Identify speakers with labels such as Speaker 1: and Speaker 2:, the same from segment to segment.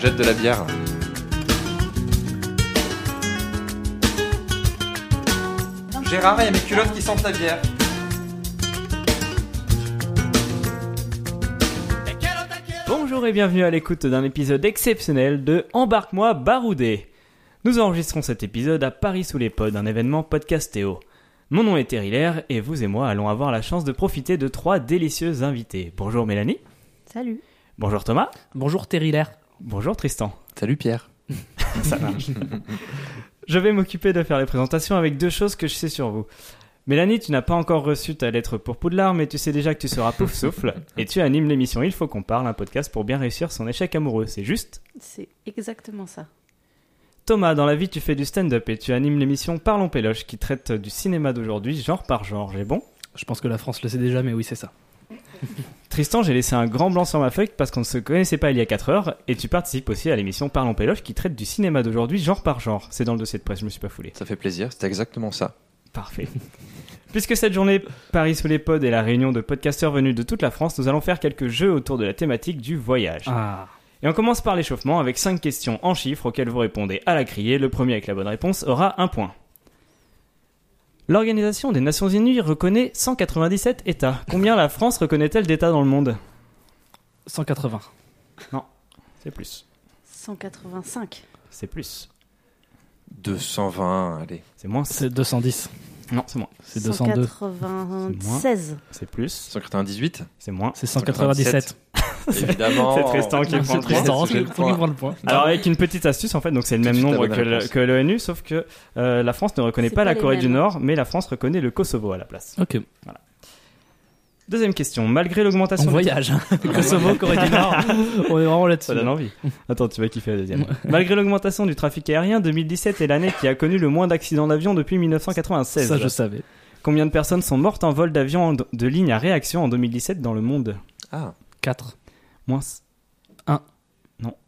Speaker 1: jette de la bière. Gérard, il y a mes culottes qui sentent la bière.
Speaker 2: Bonjour et bienvenue à l'écoute d'un épisode exceptionnel de Embarque-moi baroudé. Nous enregistrons cet épisode à Paris sous les pods, un événement podcastéo. Mon nom est Terry Lair et vous et moi allons avoir la chance de profiter de trois délicieux invités. Bonjour Mélanie.
Speaker 3: Salut.
Speaker 2: Bonjour Thomas.
Speaker 4: Bonjour Terry Lair.
Speaker 2: Bonjour Tristan.
Speaker 1: Salut Pierre.
Speaker 2: Ça marche. je vais m'occuper de faire les présentations avec deux choses que je sais sur vous. Mélanie, tu n'as pas encore reçu ta lettre pour Poudlard, mais tu sais déjà que tu seras pouf souffle et tu animes l'émission Il faut qu'on parle, un podcast pour bien réussir son échec amoureux, c'est juste
Speaker 3: C'est exactement ça.
Speaker 2: Thomas, dans la vie, tu fais du stand-up et tu animes l'émission Parlons Péloche qui traite du cinéma d'aujourd'hui, genre par genre, j'ai bon
Speaker 4: Je pense que la France le sait déjà, mais oui, c'est ça.
Speaker 2: Tristan, j'ai laissé un grand blanc sur ma feuille parce qu'on ne se connaissait pas il y a 4 heures et tu participes aussi à l'émission Parlons Péloche qui traite du cinéma d'aujourd'hui, genre par genre. C'est dans le dossier de presse, je me suis pas foulé.
Speaker 1: Ça fait plaisir, c'est exactement ça.
Speaker 2: Parfait. Puisque cette journée Paris sous les pods est la réunion de podcasteurs venus de toute la France, nous allons faire quelques jeux autour de la thématique du voyage.
Speaker 4: Ah.
Speaker 2: Et on commence par l'échauffement avec 5 questions en chiffres auxquelles vous répondez à la criée. Le premier avec la bonne réponse aura un point. L'Organisation des Nations Unies reconnaît 197 États. Combien la France reconnaît-elle d'États dans le monde
Speaker 4: 180.
Speaker 2: C'est plus.
Speaker 3: 185.
Speaker 2: C'est plus.
Speaker 1: 220, allez.
Speaker 2: C'est moins.
Speaker 4: C'est 210.
Speaker 2: Non, c'est moins.
Speaker 4: C'est 202.
Speaker 3: 196.
Speaker 2: C'est plus.
Speaker 1: 198
Speaker 2: C'est moins.
Speaker 4: C'est 197.
Speaker 1: Évidemment.
Speaker 2: Oh. C'est hein. Tristan qui
Speaker 4: C'est
Speaker 2: prend le point.
Speaker 4: Tristan
Speaker 1: C'est
Speaker 4: qui
Speaker 1: le
Speaker 4: qui
Speaker 1: point.
Speaker 4: prend le point.
Speaker 2: Alors avec une petite astuce en fait, donc c'est le
Speaker 1: Tout de
Speaker 2: même
Speaker 1: suite la
Speaker 2: nombre
Speaker 1: bonne
Speaker 2: que, le-
Speaker 1: réponse.
Speaker 2: que l'ONU, sauf que euh, la France ne reconnaît
Speaker 3: C'est
Speaker 2: pas,
Speaker 3: pas
Speaker 2: la
Speaker 3: les
Speaker 2: Corée du
Speaker 3: mêmes. hein.
Speaker 2: Nord, mais la France reconnaît le Kosovo à la place.
Speaker 4: Ok,
Speaker 2: Deuxième question, malgré
Speaker 4: on
Speaker 2: l'augmentation...
Speaker 4: voyage. Kosovo, Corée du Nord. On est vraiment là-dessus.
Speaker 2: Ça donne envie. Attends, tu vas kiffer la deuxième. Malgré l'augmentation du trafic aérien, 2017 est l'année qui a connu le moins d'accidents d'avion depuis 1996.
Speaker 4: Ça, je savais.
Speaker 2: Combien de personnes sont mortes en vol d'avion en- de ligne à réaction en 2017 dans le monde
Speaker 1: Ah,
Speaker 4: 4,
Speaker 2: Moins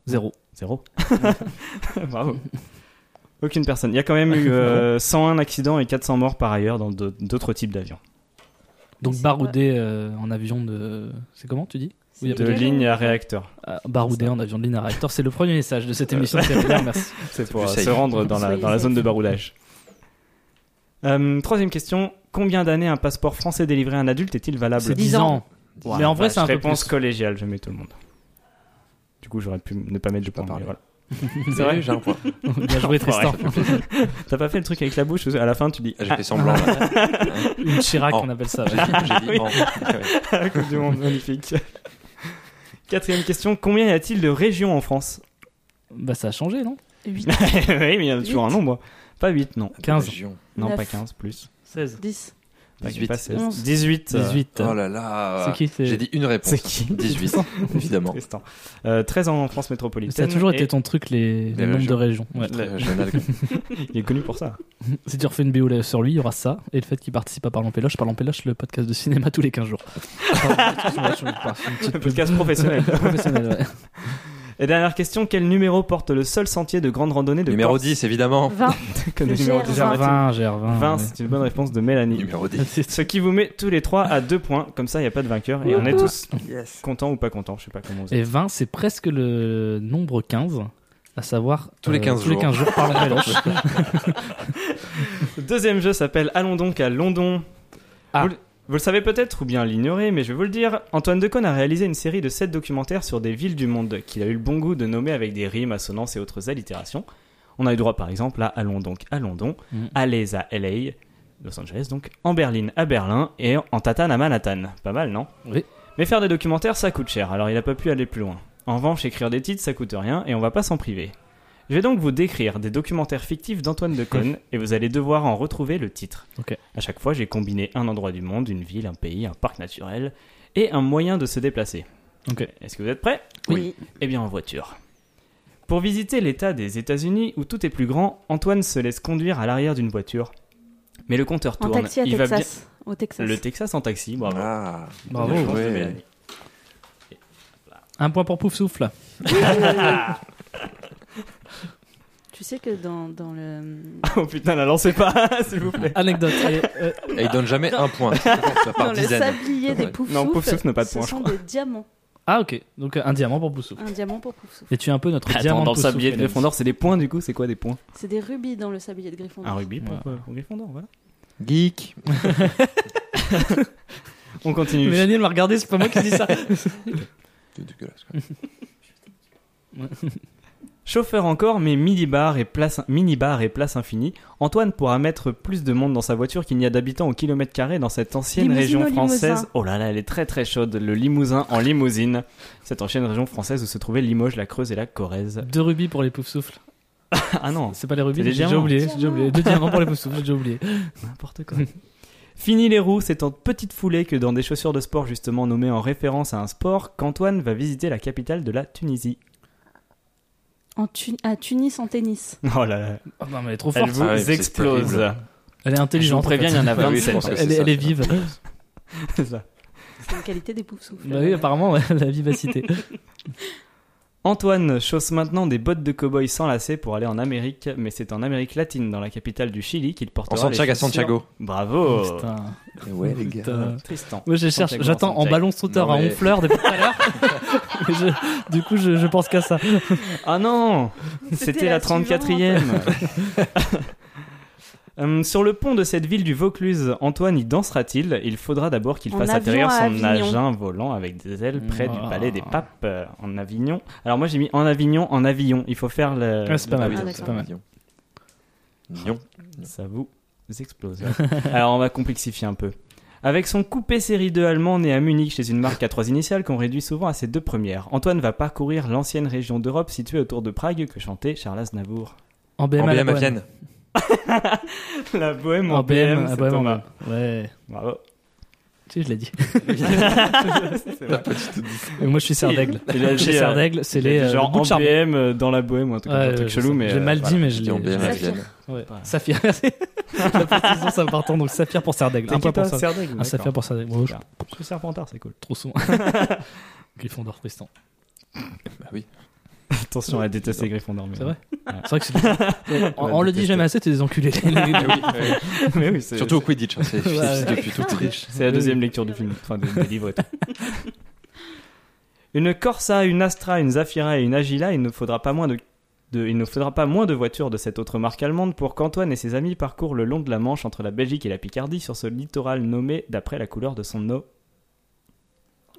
Speaker 4: 0.
Speaker 2: Zéro. Bravo. Aucune personne. Il y a quand même eu euh, 101 accidents et 400 morts par ailleurs dans de- d'autres types d'avions.
Speaker 4: Donc
Speaker 3: C'est
Speaker 4: baroudé euh, en avion de. C'est comment tu dis
Speaker 3: C'est
Speaker 4: Oui,
Speaker 2: De
Speaker 3: quel-
Speaker 2: ligne à réacteur.
Speaker 4: Ah, Baroudé en avion de ligne à réacteur. C'est le premier message de
Speaker 1: Euh,
Speaker 4: cette émission. Terry Lair, Merci.
Speaker 2: C'est pour
Speaker 1: plus
Speaker 2: euh,
Speaker 1: safe.
Speaker 2: se rendre dans la,
Speaker 3: Soyez
Speaker 2: dans la
Speaker 3: safe.
Speaker 2: zone de baroudage. Euh, troisième question. Combien d'années un passeport français délivré à un adulte est-il
Speaker 4: C'est
Speaker 2: valable
Speaker 4: 10
Speaker 3: ans.
Speaker 4: ans. Mais en vrai, c'est un peu
Speaker 2: réponse
Speaker 4: plus.
Speaker 2: collégiale, je mets tout le monde. Du coup, j'aurais pu ne pas mettre le point.
Speaker 1: parler.
Speaker 2: mais voilà.
Speaker 1: c'est vrai, j'ai un point.
Speaker 4: Bien joué, Tristan.
Speaker 2: T'as pas fait le truc avec la bouche À la fin, tu dis
Speaker 5: Ah,
Speaker 1: J'ai fait semblant là.
Speaker 4: Une Chirac,
Speaker 1: Oh.
Speaker 4: on appelle ça. ouais.
Speaker 1: J'ai dit
Speaker 2: oui.
Speaker 1: en. Ouais.
Speaker 2: Ah, Coupe du Monde, magnifique. Quatrième question, combien y a-t-il de régions en France
Speaker 4: Bah, ça a changé, non
Speaker 3: Huit,
Speaker 2: Oui, mais il y en a toujours un
Speaker 3: Huit.
Speaker 2: nombre. Pas 8, non.
Speaker 4: 15,
Speaker 1: Région.
Speaker 2: Non,
Speaker 3: Neuf.
Speaker 2: pas 15, plus.
Speaker 4: 16.
Speaker 3: 10.
Speaker 2: Pas-
Speaker 1: 18.
Speaker 2: pas 16.
Speaker 3: Onze.
Speaker 2: 18. euh,
Speaker 4: 18.
Speaker 1: Oh là
Speaker 5: Euh,
Speaker 1: là.
Speaker 4: C'est qui, c'est-
Speaker 1: J'ai dit une réponse.
Speaker 2: C'est qui
Speaker 1: 18, évidemment.
Speaker 2: Tristan. Euh, 13 en France métropolitaine.
Speaker 4: Ça a toujours
Speaker 2: et
Speaker 4: été ton truc, les, les nombres
Speaker 1: régions.
Speaker 4: de régions. Ouais.
Speaker 1: Très régional, comme-
Speaker 2: Il est connu pour ça.
Speaker 4: Si tu refais une BO là- sur lui, il y aura ça. Et le fait qu'il participe à Parlons Péloche, Parlons Péloche, le podcast de cinéma tous les 15 jours.
Speaker 2: Un podcast professionnel.
Speaker 4: Professionnel, ouais.
Speaker 2: Et dernière question, quel numéro porte le seul sentier de grande randonnée de
Speaker 1: Numéro
Speaker 2: Corse
Speaker 1: 10, évidemment.
Speaker 3: 20.
Speaker 2: Que le
Speaker 3: Le
Speaker 2: numéro
Speaker 3: GR20.
Speaker 2: 10,
Speaker 3: Germain.
Speaker 4: 20, j'ai 20.
Speaker 2: 20, c'est une bonne réponse de Mélanie.
Speaker 1: Numéro 10.
Speaker 2: Ce qui vous met tous les trois à deux points, comme ça il n'y a pas de vainqueur et on est tous contents ou pas contents, je sais pas comment vous êtes.
Speaker 4: Et 20, c'est presque le nombre 15, à savoir euh,
Speaker 1: Tous les 15
Speaker 4: tous
Speaker 1: jours.
Speaker 4: les 15 jours Parlons Péloche.
Speaker 2: Le deuxième jeu s'appelle Allons donc à London.
Speaker 4: Ah.
Speaker 2: Vous, le- vous le savez peut-être ou bien l'ignorez, mais je vais vous le dire, Antoine Decaune a réalisé une série de 7 documentaires sur des villes du monde qu'il a eu le bon goût de nommer avec des rimes, assonances et autres allitérations. On a eu droit par exemple à Allons donc à London,
Speaker 4: Mm.
Speaker 2: Allez à LA, Los Angeles donc, en Berlin à Berlin et en Tatane à Manhattan. Pas mal, non
Speaker 4: Oui.
Speaker 2: Mais faire des documentaires, ça coûte cher, alors il n'a pas pu aller plus loin. En revanche, écrire des titres, ça coûte rien et on va pas s'en priver. Je vais donc vous décrire des documentaires fictifs d'Antoine Decaune et vous allez devoir en retrouver le titre.
Speaker 4: Ok.
Speaker 2: À chaque fois, j'ai combiné un endroit du monde, une ville, un pays, un parc naturel et un moyen de se déplacer.
Speaker 4: Ok.
Speaker 2: Est-ce que vous êtes prêts
Speaker 3: Oui.
Speaker 2: Eh bien, en voiture. Pour visiter l'état des États-Unis où tout est plus grand, Antoine se laisse conduire à l'arrière d'une voiture. Mais le compteur
Speaker 3: En
Speaker 2: tourne.
Speaker 3: taxi à
Speaker 2: Il va bien-
Speaker 3: Texas. Au Texas.
Speaker 2: Le Texas en taxi, bravo.
Speaker 1: Ah,
Speaker 4: Bravo.
Speaker 1: bien
Speaker 2: Je pense que
Speaker 1: joué.
Speaker 2: Mélanie.
Speaker 4: Un point pour Pouf Souffle.
Speaker 3: Tu sais que dans, dans le.
Speaker 2: Oh putain, la lancez pas, s'il vous plaît.
Speaker 4: Anecdote. Et, euh,
Speaker 1: Et il donne jamais un point. Ça
Speaker 3: Dans
Speaker 1: par
Speaker 3: le
Speaker 1: dizaine.
Speaker 3: sablier des
Speaker 1: Ouais.
Speaker 3: poufs
Speaker 2: Non, Pouf Souffle n'a pas de
Speaker 3: Ce
Speaker 2: points, je
Speaker 3: sont des diamants.
Speaker 4: Ah, ok. Donc euh, un diamant pour Poussouf.
Speaker 3: Un diamant pour Poufsouffle.
Speaker 4: Et tu es un peu notre
Speaker 2: Attends,
Speaker 4: diamant
Speaker 2: dans
Speaker 4: de
Speaker 2: le
Speaker 4: Poussouf,
Speaker 2: sablier de
Speaker 4: mesdames.
Speaker 2: Gryffondor, c'est des points du coup, c'est quoi des points
Speaker 3: C'est des rubis dans le sablier de Griffon.
Speaker 2: Un rugby
Speaker 4: pour-
Speaker 2: pour Gryffondor, voilà.
Speaker 1: Geek.
Speaker 2: On continue.
Speaker 4: Mélanie, elle m'a regardé, c'est pas moi qui dis ça.
Speaker 1: C'est dégueulasse.
Speaker 2: Chauffeur encore, mais minibar et place, minibar et place infinie, Antoine pourra mettre plus de monde dans sa voiture qu'il n'y a d'habitants au kilomètre carré dans cette ancienne
Speaker 3: Limousine
Speaker 2: région
Speaker 3: au Limousin.
Speaker 2: française. Oh là là, elle est très très chaude, le Limousin en limousine. Cette ancienne région française où se trouvaient Limoges, la Creuse et la Corrèze.
Speaker 4: Deux rubis pour les Poufsouffles.
Speaker 2: Ah non,
Speaker 4: C'est pas les rubis,
Speaker 2: C'est des
Speaker 4: j'ai déjà
Speaker 2: diamants.
Speaker 4: oublié. j'ai déjà oublié. Deux diamants pour les Poufsouffles, j'ai déjà oublié.
Speaker 2: N'importe quoi. Fini les roues, c'est en petite foulée que dans des chaussures de sport justement nommées en référence à un sport, qu'Antoine va visiter la capitale de la Tunisie.
Speaker 3: En Tu- à Tunis en tennis.
Speaker 2: Oh là là,
Speaker 4: Oh non, mais elle est trop
Speaker 2: elle
Speaker 4: forte.
Speaker 2: vous
Speaker 5: Ah oui, c'est
Speaker 2: explose.
Speaker 5: terrible.
Speaker 4: Elle
Speaker 2: Je
Speaker 4: est
Speaker 2: vous
Speaker 4: intelligente.
Speaker 2: préviens, il y en a
Speaker 5: Ah oui, je
Speaker 2: 27.
Speaker 5: pense que
Speaker 4: Elle,
Speaker 5: c'est
Speaker 4: est-
Speaker 5: ça.
Speaker 4: elle est vive.
Speaker 2: C'est ça.
Speaker 3: C'est une qualité des Poufsouffles.
Speaker 4: bah oui, apparemment, ouais, la vivacité.
Speaker 2: Antoine chausse maintenant des bottes de cow-boy sans lacets pour aller en Amérique, mais c'est en Amérique latine, dans la capitale du Chili, qu'il portera
Speaker 5: En
Speaker 2: les
Speaker 5: Santiago, à
Speaker 2: chaussures-
Speaker 5: Santiago.
Speaker 2: Bravo
Speaker 4: Putain.
Speaker 1: ouais, les
Speaker 4: Putain.
Speaker 2: Tristan.
Speaker 4: Moi, je cherche,
Speaker 2: Santiago,
Speaker 4: j'attends en
Speaker 2: Santiago.
Speaker 4: ballon sauteur
Speaker 5: Non,
Speaker 4: à
Speaker 5: mais-
Speaker 4: Honfleur depuis tout à l'heure. Mais je- du coup, je, je pense qu'à ça.
Speaker 2: Ah non C'était la 34e Hum, Sur le pont de cette ville du Vaucluse, Antoine y dansera-t-il Il faudra d'abord qu'il
Speaker 3: En
Speaker 2: fasse
Speaker 3: avion
Speaker 2: atterrir
Speaker 3: à
Speaker 2: son
Speaker 3: Avignon.
Speaker 2: agin volant avec des ailes près du
Speaker 4: Ah.
Speaker 2: palais des papes euh, en Avignon. Alors moi j'ai mis en Avignon, en Avignon. Il faut faire le...
Speaker 4: Ah, c'est pas mal.
Speaker 3: Ah,
Speaker 4: c'est pas mal.
Speaker 5: Lyon.
Speaker 2: Ça vous explose. Alors on va complexifier un peu. Avec son coupé série 2 allemand né à Munich chez une marque à trois initiales qu'on réduit souvent à ses deux premières, Antoine va parcourir l'ancienne région d'Europe située autour de Prague que chantait Charles Aznavour.
Speaker 4: En BM,
Speaker 5: En
Speaker 4: à, la
Speaker 5: BM à
Speaker 4: Bohème.
Speaker 5: Vienne.
Speaker 2: La bohème
Speaker 4: En ah BM, à
Speaker 2: c'est
Speaker 4: Bohème, en
Speaker 2: Thomas.
Speaker 4: Bohème. Ouais.
Speaker 2: Bravo.
Speaker 4: Tu sais, je l'ai dit.
Speaker 2: C'est vrai.
Speaker 4: Et moi, je suis serre d'aigle.
Speaker 2: Il a
Speaker 4: Je suis
Speaker 2: dit,
Speaker 4: serre
Speaker 2: euh,
Speaker 4: d'aigle, c'est
Speaker 2: il a
Speaker 4: les.
Speaker 2: dit
Speaker 4: euh,
Speaker 2: genre
Speaker 4: le bout de
Speaker 2: en
Speaker 4: charbon.
Speaker 2: BM euh, dans la bohème ou un truc, comme ça, un
Speaker 4: Ouais,
Speaker 2: truc
Speaker 4: je
Speaker 2: chelou
Speaker 4: sais.
Speaker 2: mais
Speaker 4: J'ai
Speaker 2: euh,
Speaker 4: mal dit, Ah,
Speaker 2: voilà.
Speaker 4: mais je
Speaker 5: J'étais
Speaker 4: l'ai.
Speaker 5: en BM à
Speaker 4: je-
Speaker 5: Vienne.
Speaker 2: Ah
Speaker 4: Ouais.
Speaker 2: Voilà.
Speaker 4: Saphir, merci. La précision, ça me part en donc Saphir pour serre d'aigle.
Speaker 2: T'es
Speaker 4: Un
Speaker 2: qui,
Speaker 4: point pour Ah,
Speaker 2: toi,
Speaker 4: serre
Speaker 2: Serre d'Aigle,
Speaker 4: Un Saphir
Speaker 2: d'accord.
Speaker 4: pour serre d'aigle. Bon, je-
Speaker 2: Super. Je suis Serpentard, c'est cool.
Speaker 4: Trop souvent. Gryffondor, Tristan.
Speaker 5: Bah oui.
Speaker 2: Attention, elle déteste les Gryffondors. mais-
Speaker 4: C'est vrai C'est vrai que c'est. On, on le dit jamais assez, t'es des enculés. les- les-
Speaker 5: Ah oui, oui.
Speaker 2: Mais oui, c'est-
Speaker 5: Surtout au Quidditch, hein, c'est
Speaker 4: Ouais,
Speaker 5: c'est
Speaker 4: ouais.
Speaker 5: depuis toute riche.
Speaker 2: C'est la deuxième lecture du film, enfin des, des livres et tout. Une Corsa, une Astra, une Zafira et une Agila, il ne faudra pas moins de, de- il ne faudra pas moins de voitures de cette autre marque allemande pour qu'Antoine et ses amis parcourent le long de la Manche entre la Belgique et la Picardie sur ce littoral nommé d'après la couleur de son eau.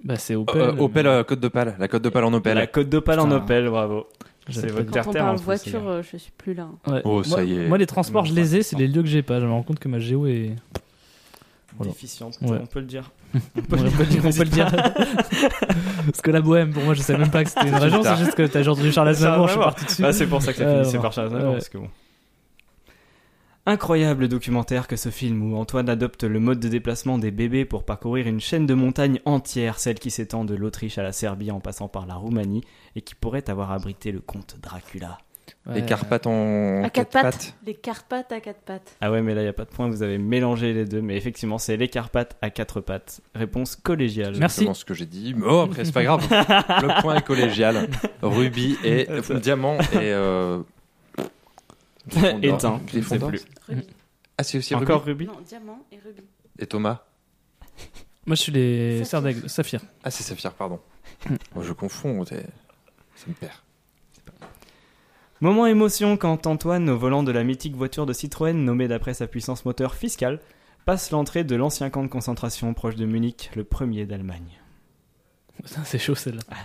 Speaker 4: Bah, c'est Opel.
Speaker 5: Euh, Opel, euh, Côte de Pâle. La Côte de Pâle en
Speaker 2: La
Speaker 5: Opel.
Speaker 2: Côte d'Opale en
Speaker 4: Putain.
Speaker 2: Opel, bravo.
Speaker 4: J'avais
Speaker 2: c'est
Speaker 4: pas
Speaker 2: votre
Speaker 4: dit.
Speaker 3: Quand on
Speaker 2: terre-terre, en
Speaker 3: parle
Speaker 2: plus, les
Speaker 3: voiture,
Speaker 2: gars.
Speaker 3: euh, je suis plus là.
Speaker 4: Ouais.
Speaker 5: Oh, ça
Speaker 4: moi,
Speaker 5: y est.
Speaker 4: Moi, les transports, je les ai, c'est les lieux que j'ai pas. Je me rends compte que ma géo est. Voilà.
Speaker 2: Déficiente,
Speaker 4: Ouais.
Speaker 2: on peut le dire.
Speaker 4: On peut, le dire, on peut le dire. Parce que la Bohème, pour moi, je savais même pas que c'était une région, c'est juste que t'as entendu Charles Aznavour, je suis parti dessus.
Speaker 2: Ah, c'est pour ça que ça
Speaker 4: Euh,
Speaker 2: finissait
Speaker 4: non.
Speaker 2: par Charles Aznavour,
Speaker 4: Ouais.
Speaker 2: parce que bon. Incroyable documentaire que ce film où Antoine adopte le mode de déplacement des bébés pour parcourir une chaîne de montagnes entière, celle qui s'étend de l'Autriche à la Serbie en passant par la Roumanie et qui pourrait avoir abrité le comte Dracula.
Speaker 5: Les Carpates en.
Speaker 3: À quatre pattes. Les Carpates à quatre pattes.
Speaker 2: Ah ouais, mais là il y a pas de point, vous avez mélangé les deux, mais effectivement c'est les Carpates à quatre pattes. Réponse collégiale.
Speaker 4: Merci.
Speaker 5: C'est ce que j'ai dit. Mais oh, après, c'est pas grave. Le point est collégial. Rubis et
Speaker 2: Ça.
Speaker 5: diamant et. euh, Gryffondor.
Speaker 2: Éteint, je ne sais
Speaker 5: Gryffondor.
Speaker 2: plus.
Speaker 3: Rubis.
Speaker 5: Ah, c'est aussi
Speaker 2: Encore
Speaker 5: Rubis.
Speaker 2: Ruby
Speaker 3: Non, diamant et rubis.
Speaker 5: Et Thomas.
Speaker 4: Moi, je suis les
Speaker 3: Saphir.
Speaker 4: serres d'aigle, Saphir.
Speaker 5: Ah, c'est Saphir, pardon.
Speaker 4: Hmm.
Speaker 5: Oh, je confonds. t'es- Ça me perd.
Speaker 2: Moment émotion quand Antoine, au volant de la mythique voiture de Citroën nommée d'après sa puissance moteur fiscale, passe l'entrée de l'ancien camp de concentration proche de Munich, le premier d'Allemagne.
Speaker 4: Putain, C'est chaud, celle-là.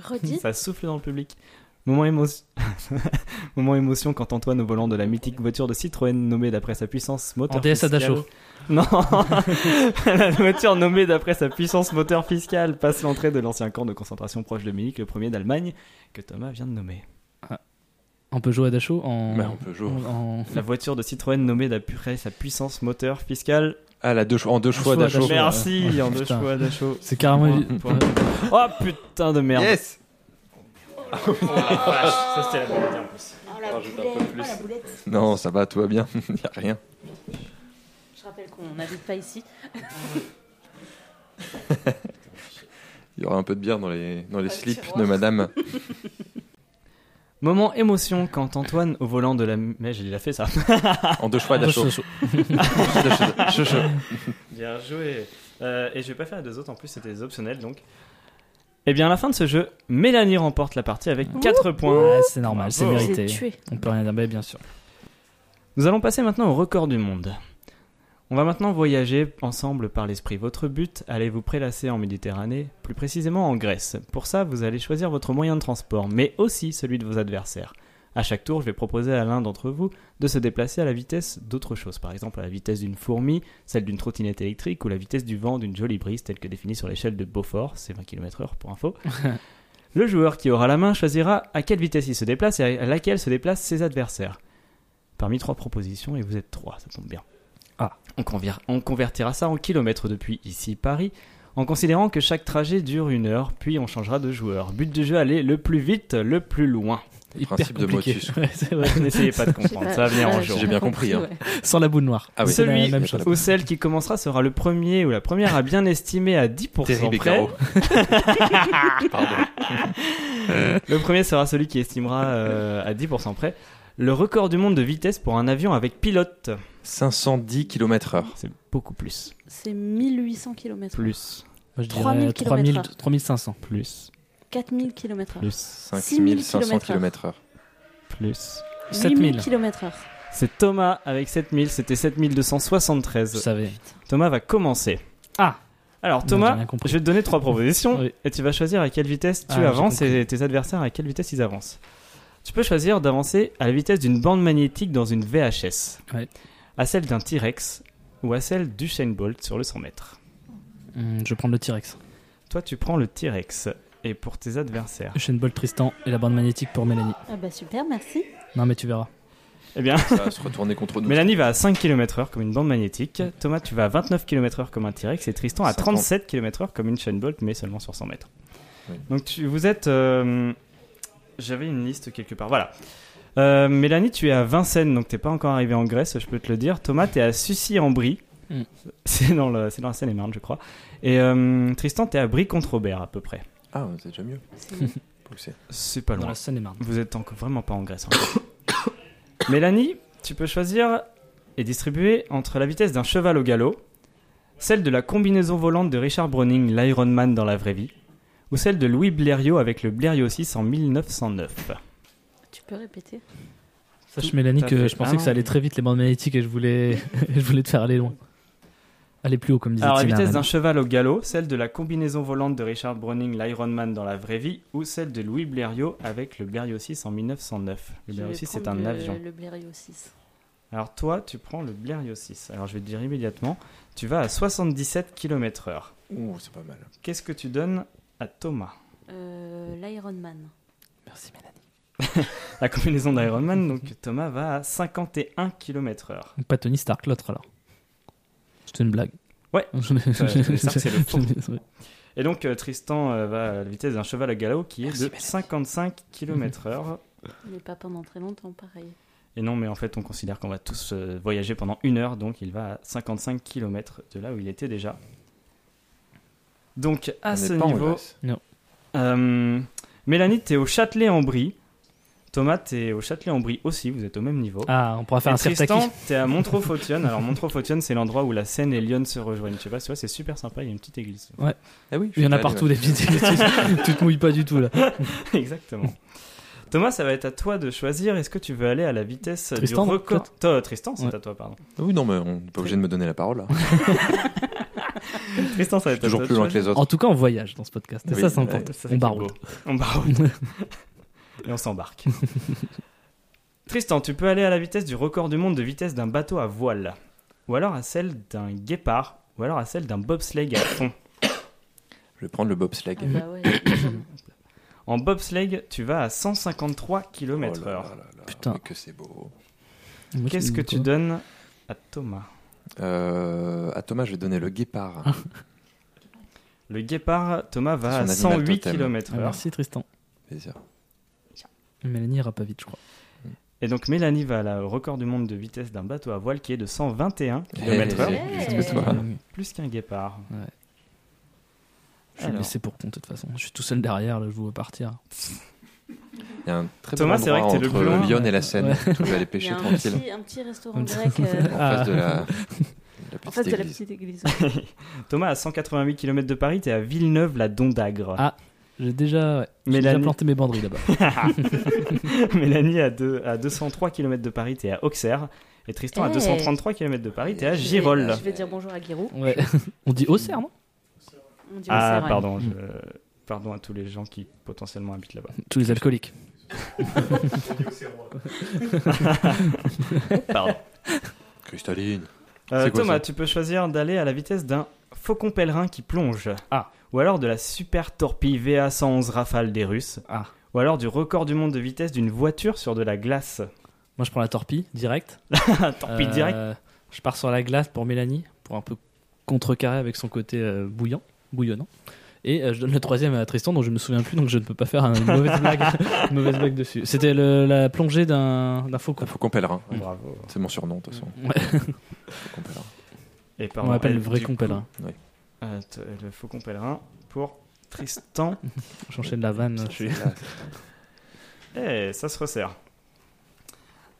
Speaker 3: Redis.
Speaker 2: Ça souffle dans le public. Moment, émo- Moment émotion quand Antoine, au volant de la mythique voiture de Citroën nommée d'après sa puissance moteur
Speaker 4: En DS à
Speaker 2: fiscale...
Speaker 4: Dachau.
Speaker 2: Non La voiture nommée d'après sa puissance moteur fiscale passe l'entrée de l'ancien camp de concentration proche de Munich, le premier d'Allemagne, que Thomas vient de nommer.
Speaker 4: On peut jouer à Dachau en.
Speaker 5: Mais Bah, on peut jouer.
Speaker 4: en- en-
Speaker 2: La voiture de Citroën nommée d'après sa puissance moteur fiscale
Speaker 5: Ah, la deux, cho- en deux choix
Speaker 4: choix,
Speaker 5: d'achaux.
Speaker 4: Dachau.
Speaker 2: Merci,
Speaker 4: Ouais.
Speaker 2: en deux
Speaker 4: Putain. Ah,
Speaker 2: choix, Dacho.
Speaker 4: C'est carrément.
Speaker 2: Pour- Oh putain de merde.
Speaker 5: Yes
Speaker 2: Ça c'était la bonne idée en plus.
Speaker 3: Oh la boulette. Oh la boulette.
Speaker 5: Non, ça va, tout va bien. Il n'y a rien.
Speaker 3: Je rappelle qu'on n'habite pas ici.
Speaker 5: Il y aura un peu de bière dans les, dans les
Speaker 3: Pas le
Speaker 5: slips de
Speaker 3: tiroir.
Speaker 5: madame.
Speaker 2: Moment émotion quand Antoine, au volant de la. Mais j'ai déjà fait ça.
Speaker 5: En deux choix d'achaux.
Speaker 4: Dachau,
Speaker 5: Chou,
Speaker 4: Dachau.
Speaker 5: chou.
Speaker 2: Bien joué. Euh, et je vais pas faire les deux autres en plus, c'était des optionnels donc. Eh bien, à la fin de ce jeu, Mélanie remporte la partie avec 4 points.
Speaker 4: Ouais, c'est normal, c'est
Speaker 2: Bravo.
Speaker 3: Je les ai
Speaker 4: mérité.
Speaker 3: tués.
Speaker 4: On peut rien dire, mais bien sûr.
Speaker 2: Nous allons passer maintenant au record du monde. On va maintenant voyager ensemble par l'esprit. Votre but, allez vous prélasser en Méditerranée, plus précisément en Grèce. Pour ça, vous allez choisir votre moyen de transport, mais aussi celui de vos adversaires. À chaque tour, je vais proposer à l'un d'entre vous de se déplacer à la vitesse d'autre chose, par exemple à la vitesse d'une fourmi, celle d'une trottinette électrique ou la vitesse du vent d'une jolie brise telle que définie sur l'échelle de Beaufort, c'est 20 km/h pour info. Le joueur qui aura la main choisira à quelle vitesse il se déplace et à laquelle se déplacent ses adversaires parmi trois propositions et vous êtes trois, ça tombe bien.
Speaker 4: Ah.
Speaker 2: On, conver- on convertira ça en kilomètres depuis ici Paris, en considérant que chaque trajet dure une heure, puis on changera de joueur. But du jeu, aller le plus vite, le plus loin.
Speaker 4: Hyper
Speaker 5: Principe de
Speaker 4: compliqué.
Speaker 5: Motus.
Speaker 4: Ouais, c'est vrai.
Speaker 2: N'essayez pas de
Speaker 3: J'ai
Speaker 2: comprendre,
Speaker 3: pas-
Speaker 2: ça va venir en
Speaker 3: ouais,
Speaker 2: jour.
Speaker 5: j'ai bien compris, hein.
Speaker 3: ouais.
Speaker 4: Sans la boule noire.
Speaker 5: Ah oui.
Speaker 4: C'est la
Speaker 2: Celui-
Speaker 4: même chose.
Speaker 2: Ou celle qui commencera sera le premier ou la première à bien estimer à 10%
Speaker 5: Terry
Speaker 2: près.
Speaker 5: Beccaro. Pardon.
Speaker 2: Le premier sera celui qui estimera euh, à 10% près le record du monde de vitesse pour un avion avec pilote.
Speaker 5: 510 km/h.
Speaker 2: C'est beaucoup plus.
Speaker 3: C'est 1800 km.
Speaker 2: Plus.
Speaker 4: Moi, je
Speaker 3: 3000
Speaker 4: dirais 3000, 3500.
Speaker 2: Plus.
Speaker 3: 4000 km/h.
Speaker 2: Plus.
Speaker 5: 5500
Speaker 3: km/h.
Speaker 5: km/h.
Speaker 2: Plus.
Speaker 4: 7000.
Speaker 3: km/h.
Speaker 2: C'est Thomas avec 7000, c'était
Speaker 4: Je
Speaker 2: 7273.
Speaker 4: savais.
Speaker 2: Thomas va commencer.
Speaker 4: Ah.
Speaker 2: Alors
Speaker 4: Non,
Speaker 2: Thomas,
Speaker 4: j'ai rien compris.
Speaker 2: je vais te donner trois propositions
Speaker 4: Oui.
Speaker 2: et tu vas choisir à quelle vitesse tu
Speaker 4: Ah, j'ai
Speaker 2: avances
Speaker 4: compris.
Speaker 2: et tes adversaires à quelle vitesse ils avancent. Tu peux choisir d'avancer à la vitesse d'une bande magnétique dans une VHS,
Speaker 4: Ouais.
Speaker 2: à celle d'un T-Rex ou à celle du Shane Bolt sur le 100 mètres.
Speaker 4: Hum, je vais prendre le T-Rex.
Speaker 2: Toi tu prends le T-Rex et pour tes adversaires.
Speaker 4: Shane Bolt, Tristan et la bande magnétique pour Mélanie.
Speaker 3: Ah bah super, merci.
Speaker 4: Non, mais tu verras.
Speaker 2: Eh bien,
Speaker 5: Ça va se retourner contre nous.
Speaker 2: Mélanie va à 5 km/h comme une bande magnétique, Thomas tu vas à 29 km/h comme un T-Rex et Tristan à
Speaker 5: 50.
Speaker 2: 37 km/h comme une chaîne Bolt mais seulement sur 100 mètres.
Speaker 5: Oui.
Speaker 2: Donc tu, vous êtes... euh, J'avais une liste quelque part, voilà. Euh, Mélanie tu es à Vincennes donc t'es pas encore arrivé en Grèce, je peux te le dire. Thomas t'es à Sucy-en-Brie,
Speaker 4: Mm.
Speaker 2: c'est dans, le- c'est dans la Seine-et-Marne je crois. Et euh, Tristan t'es à Brie-contre-Robert à peu près.
Speaker 5: Ah, c'est déjà mieux.
Speaker 3: C'est-
Speaker 5: Poussé.
Speaker 2: C'est pas
Speaker 4: Dans
Speaker 2: loin.
Speaker 4: la Seine-et-Marne.
Speaker 2: Vous êtes encore vraiment pas en Grèce. hein. Mélanie, tu peux choisir et distribuer entre la vitesse d'un cheval au galop, celle de la combinaison volante de Richard Browning, l'Iron Man dans la vraie vie, ou celle de Louis Blériot avec le Blériot 6 en 1909.
Speaker 3: Tu peux répéter
Speaker 4: Sache, Mélanie,
Speaker 2: Tout à
Speaker 4: que
Speaker 2: fait.
Speaker 4: je pensais
Speaker 2: Ah
Speaker 4: que ça
Speaker 2: non.
Speaker 4: allait très vite les bandes magnétiques et je voulais, je voulais te faire aller loin. Aller plus haut, comme disait
Speaker 2: Alors la
Speaker 4: Tina
Speaker 2: vitesse d'un
Speaker 4: Arena.
Speaker 2: cheval au galop, celle de la combinaison volante de Richard Browning, l'Iron Man dans la vraie vie, ou celle de Louis Blériot avec le Blériot 6 en 1909. Le
Speaker 3: Je vais
Speaker 2: Blériot 6 c'est
Speaker 3: prendre
Speaker 2: un
Speaker 3: le-
Speaker 2: avion.
Speaker 3: Le Blériot 6.
Speaker 2: Alors toi, tu prends le Blériot 6. Alors je vais te dire immédiatement, tu vas à 77 km/h.
Speaker 5: Ouh, c'est pas mal.
Speaker 2: Qu'est-ce que tu donnes à Thomas
Speaker 3: Euh, L'Iron Man.
Speaker 4: Merci, Mélanie.
Speaker 2: La combinaison d'Iron Man, donc Thomas va à 51 km/h.
Speaker 4: Pas Tony Stark, l'autre alors. C'était une blague.
Speaker 2: Ouais.
Speaker 4: Je- je- je-
Speaker 2: Stark, c'est Euh, le faux.
Speaker 4: je- ouais.
Speaker 2: Et donc euh, Tristan euh, va à la vitesse d'un cheval à galop qui est
Speaker 5: Merci,
Speaker 2: de
Speaker 5: Mélanie.
Speaker 2: 55
Speaker 4: Mhm.
Speaker 2: km/h.
Speaker 3: Mais pas pendant très longtemps, pareil.
Speaker 2: Et non, mais en fait, on considère qu'on va tous euh, voyager pendant une heure, donc il va à 55 km de là où il était déjà. Donc à
Speaker 5: On
Speaker 2: ce
Speaker 5: n'est Ah, pas en
Speaker 2: niveau,
Speaker 5: Grèce.
Speaker 2: euh, Mélanie, t'es au Châtelet-en-Brie. Thomas, t'es au Châtelet-en-Brie aussi. Vous êtes au même niveau.
Speaker 4: Ah, on pourra faire
Speaker 2: Et
Speaker 4: un
Speaker 2: Tristan,
Speaker 4: sertaki.
Speaker 2: t'es à Montreux-Fautionne. Alors Montreux-Fautionne, c'est l'endroit où la Seine et Lyon se rejoignent. Tu sais pas, tu vois, c'est super sympa. Il y a une petite église.
Speaker 5: Ah oui, je
Speaker 4: Il y en a
Speaker 5: suis allé,
Speaker 4: partout
Speaker 5: ouais.
Speaker 4: des petites. tu te mouilles pas du tout là.
Speaker 2: Exactement. Thomas, ça va être à toi de choisir. Est-ce que tu veux aller à la vitesse
Speaker 4: Tristan,
Speaker 2: du record Toi, Tristan, c'est
Speaker 4: Ouais.
Speaker 2: à toi, pardon.
Speaker 5: Ah Oui, non, mais on n'est pas obligé de me donner la parole. là.
Speaker 2: Tristan, ça va être à
Speaker 5: Toujours
Speaker 2: toi
Speaker 5: plus
Speaker 2: de
Speaker 5: loin que les autres.
Speaker 4: En tout cas, on voyage dans ce podcast. Et
Speaker 5: Oui,
Speaker 4: ça, c'est
Speaker 5: ouais.
Speaker 4: important.
Speaker 2: choisir.
Speaker 4: on baroude.
Speaker 2: On baroude et on s'embarque. Tristan, tu peux aller à la vitesse du record du monde de vitesse d'un bateau à voile, ou alors à celle d'un guépard, ou alors à celle d'un bobsleigh à fond.
Speaker 5: Je vais prendre le bobsleigh. Oh
Speaker 3: Ah bah ouais, évidemment.
Speaker 2: En bobsleigh, tu vas à 153 km/h.
Speaker 5: Oh là là là là,
Speaker 4: Putain.
Speaker 5: mais Que c'est beau.
Speaker 4: Moi,
Speaker 2: Qu'est-ce
Speaker 4: je-
Speaker 2: que tu
Speaker 4: quoi
Speaker 2: donnes à Thomas
Speaker 5: Euh, à Thomas, je vais donner le guépard.
Speaker 4: Ah.
Speaker 2: Le guépard, Thomas va à
Speaker 5: C'est son animal
Speaker 2: 108
Speaker 5: totem.
Speaker 4: Ah,
Speaker 2: km/h.
Speaker 4: Merci Tristan.
Speaker 5: Plaisir.
Speaker 4: Mélanie ira pas vite, je
Speaker 2: Eh.
Speaker 4: crois.
Speaker 2: Et donc Mélanie va à la- au record du monde de vitesse d'un bateau à voile qui est de 121 km/h,
Speaker 5: Eh,
Speaker 3: Ouais.
Speaker 5: excuse-moi.
Speaker 4: Voilà. Je
Speaker 2: plus qu'un guépard.
Speaker 4: vais me
Speaker 2: Alors.
Speaker 4: laisser pour compte de toute façon. Je suis tout seul derrière, là, je vous vois partir.
Speaker 5: Il y a un très
Speaker 2: Thomas,
Speaker 5: bel
Speaker 2: c'est vrai que
Speaker 5: endroit
Speaker 2: t'es le
Speaker 5: entre
Speaker 2: plus loin.
Speaker 5: Lyon et la Seine.
Speaker 4: Ouais.
Speaker 5: Je vais aller
Speaker 3: Il y
Speaker 5: pêcher
Speaker 3: a un
Speaker 5: tranquille.
Speaker 3: petit, un petit restaurant grec euh,
Speaker 5: En
Speaker 4: Ah.
Speaker 5: face de la, de la
Speaker 3: en
Speaker 5: petite
Speaker 3: face de la
Speaker 5: église.
Speaker 3: petite église.
Speaker 2: Thomas, à 188 km de Paris, t'es à Villeneuve-la-Dondagre.
Speaker 4: Ah. J'ai déjà, ouais, j'ai
Speaker 2: Mélanie.
Speaker 4: déjà planté mes banderies là-bas.
Speaker 2: Mélanie, à, deux- à 203 km de Paris, t'es à Auxerre. Et Tristan, à
Speaker 3: Eh.
Speaker 2: 233 km de Paris, t'es à
Speaker 3: Je vais-
Speaker 2: Girolles.
Speaker 3: Je vais dire bonjour à Guirou.
Speaker 4: Ouais. On dit Auxerre, non
Speaker 3: On dit
Speaker 2: Ah,
Speaker 3: Auxerre, ouais.
Speaker 2: pardon. je-
Speaker 4: Hmm.
Speaker 2: Pardon à tous les gens qui potentiellement habitent là-bas.
Speaker 4: Tous les alcooliques.
Speaker 2: Pardon.
Speaker 5: Cristalline.
Speaker 2: Euh,
Speaker 5: C'est quoi
Speaker 2: Thomas,
Speaker 5: ça
Speaker 2: tu peux choisir d'aller à la vitesse d'un faucon pèlerin qui plonge.
Speaker 4: Ah.
Speaker 2: Ou alors de la super torpille VA111 Rafale des Russes.
Speaker 4: Ah.
Speaker 2: Ou alors du record du monde de vitesse d'une voiture sur de la glace.
Speaker 4: Moi, je prends la torpille direct.
Speaker 2: Un torpille
Speaker 4: Euh,
Speaker 2: direct.
Speaker 4: Je pars sur la glace pour Mélanie, pour un peu contrecarrer avec son côté euh, bouillant, bouillonnant. Et euh, je donne le troisième à Tristan, dont je me souviens plus, donc je ne peux pas faire une mauvaise blague, une mauvaise blague dessus. C'était le- la plongée d'un d'un
Speaker 5: Il
Speaker 4: faucon.
Speaker 5: Ah, faut qu'on pèlerin.
Speaker 4: Hmm.
Speaker 5: Ouais.
Speaker 2: Bravo.
Speaker 5: C'est mon surnom, de toute façon.
Speaker 4: Ouais.
Speaker 5: Faut qu'on pèlerin.
Speaker 2: Et
Speaker 4: On
Speaker 2: pardon,
Speaker 4: m'appelle le
Speaker 2: et
Speaker 4: vrai
Speaker 2: du
Speaker 4: con
Speaker 2: coup,
Speaker 4: pèlerin.
Speaker 2: euh, t- le faucon pèlerin pour Tristan.
Speaker 4: J'enchaîne la vanne. Je suis...
Speaker 2: Eh, ça se resserre.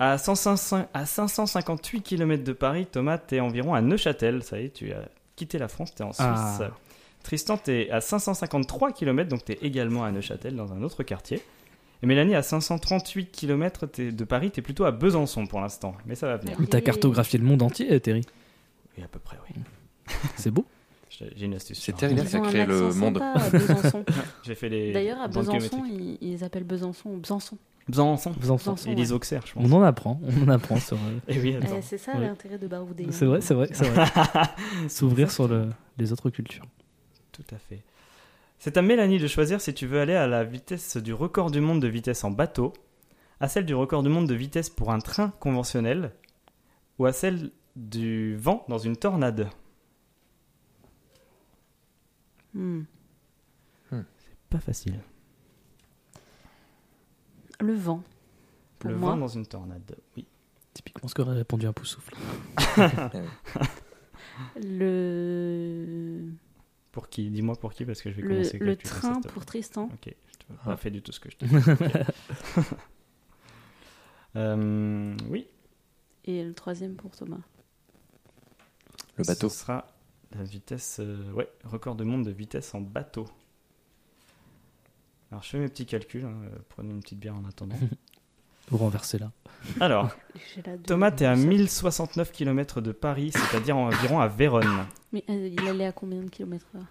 Speaker 2: À, 155 à 558 km de Paris, Thomas, t'es environ à Neuchâtel. Ça y est, tu as quitté la France, t'es en Suisse.
Speaker 4: Ah.
Speaker 2: Tristan, t'es à 553 km, donc t'es également à Neuchâtel, dans un autre quartier. Et Mélanie, à 538 km de Paris, t'es plutôt à Besançon pour l'instant. Mais ça va venir.
Speaker 4: Mais T'as cartographié le monde entier, Terry.
Speaker 2: Oui, à peu près, oui.
Speaker 4: C'est beau.
Speaker 2: J'ai j'ai une astuce.
Speaker 5: C'est
Speaker 2: hein.
Speaker 5: terrible.
Speaker 3: Ils
Speaker 5: Ça
Speaker 3: ont un
Speaker 5: crée le
Speaker 3: accent
Speaker 5: monde.
Speaker 3: sympa à Besançon.
Speaker 2: J'ai fait les.
Speaker 3: D'ailleurs, à
Speaker 2: bandes
Speaker 3: Besançon,
Speaker 2: kilométriques.
Speaker 3: ils, ils appellent Besançon Besançon.
Speaker 2: Besançon.
Speaker 4: Vous en sentez.
Speaker 3: Besançon,
Speaker 2: Et les Auxerre, je pense.
Speaker 4: On en apprend. On en apprend sur. euh,
Speaker 2: Et oui, attends.
Speaker 3: Eh, c'est ça
Speaker 4: Ouais.
Speaker 3: l'intérêt de barouder. hein.
Speaker 4: C'est vrai, c'est vrai, c'est vrai.
Speaker 3: Eh.
Speaker 4: S'ouvrir sur le- les autres cultures.
Speaker 2: Tout à fait. C'est à Mélanie de choisir si tu veux aller à la vitesse du record du monde de vitesse en bateau, à celle du record du monde de vitesse pour un train conventionnel, ou à celle du vent dans une tornade.
Speaker 3: Hmm.
Speaker 2: Pas facile.
Speaker 3: Le vent. Pour
Speaker 2: Le
Speaker 3: moi.
Speaker 2: vent dans une tornade, oui.
Speaker 4: Typiquement ce qu'aurait répondu un poussouffle.
Speaker 3: Le,
Speaker 2: Pour qui Dis-moi pour qui parce que je vais
Speaker 3: le,
Speaker 2: commencer.
Speaker 3: le
Speaker 2: calcul dans
Speaker 3: train
Speaker 2: cette-
Speaker 3: pour Tristan.
Speaker 2: Ok, je te
Speaker 5: Ah.
Speaker 2: pas fait du tout ce que je t'ai dit. Ok. Euh, oui,
Speaker 3: Et le troisième pour Thomas.
Speaker 5: Le bateau.
Speaker 2: Ce sera la vitesse. euh, ouais, record de monde de vitesse en bateau. Alors, je fais mes petits calculs. hein, euh, prenez une petite bière en attendant.
Speaker 4: Ou renverser là.
Speaker 2: Alors,
Speaker 3: J'ai la deux.
Speaker 2: Thomas, t'es à 1069 km de Paris, c'est-à-dire environ à Vérone.
Speaker 3: Mais euh, il allait à combien de kilomètres heure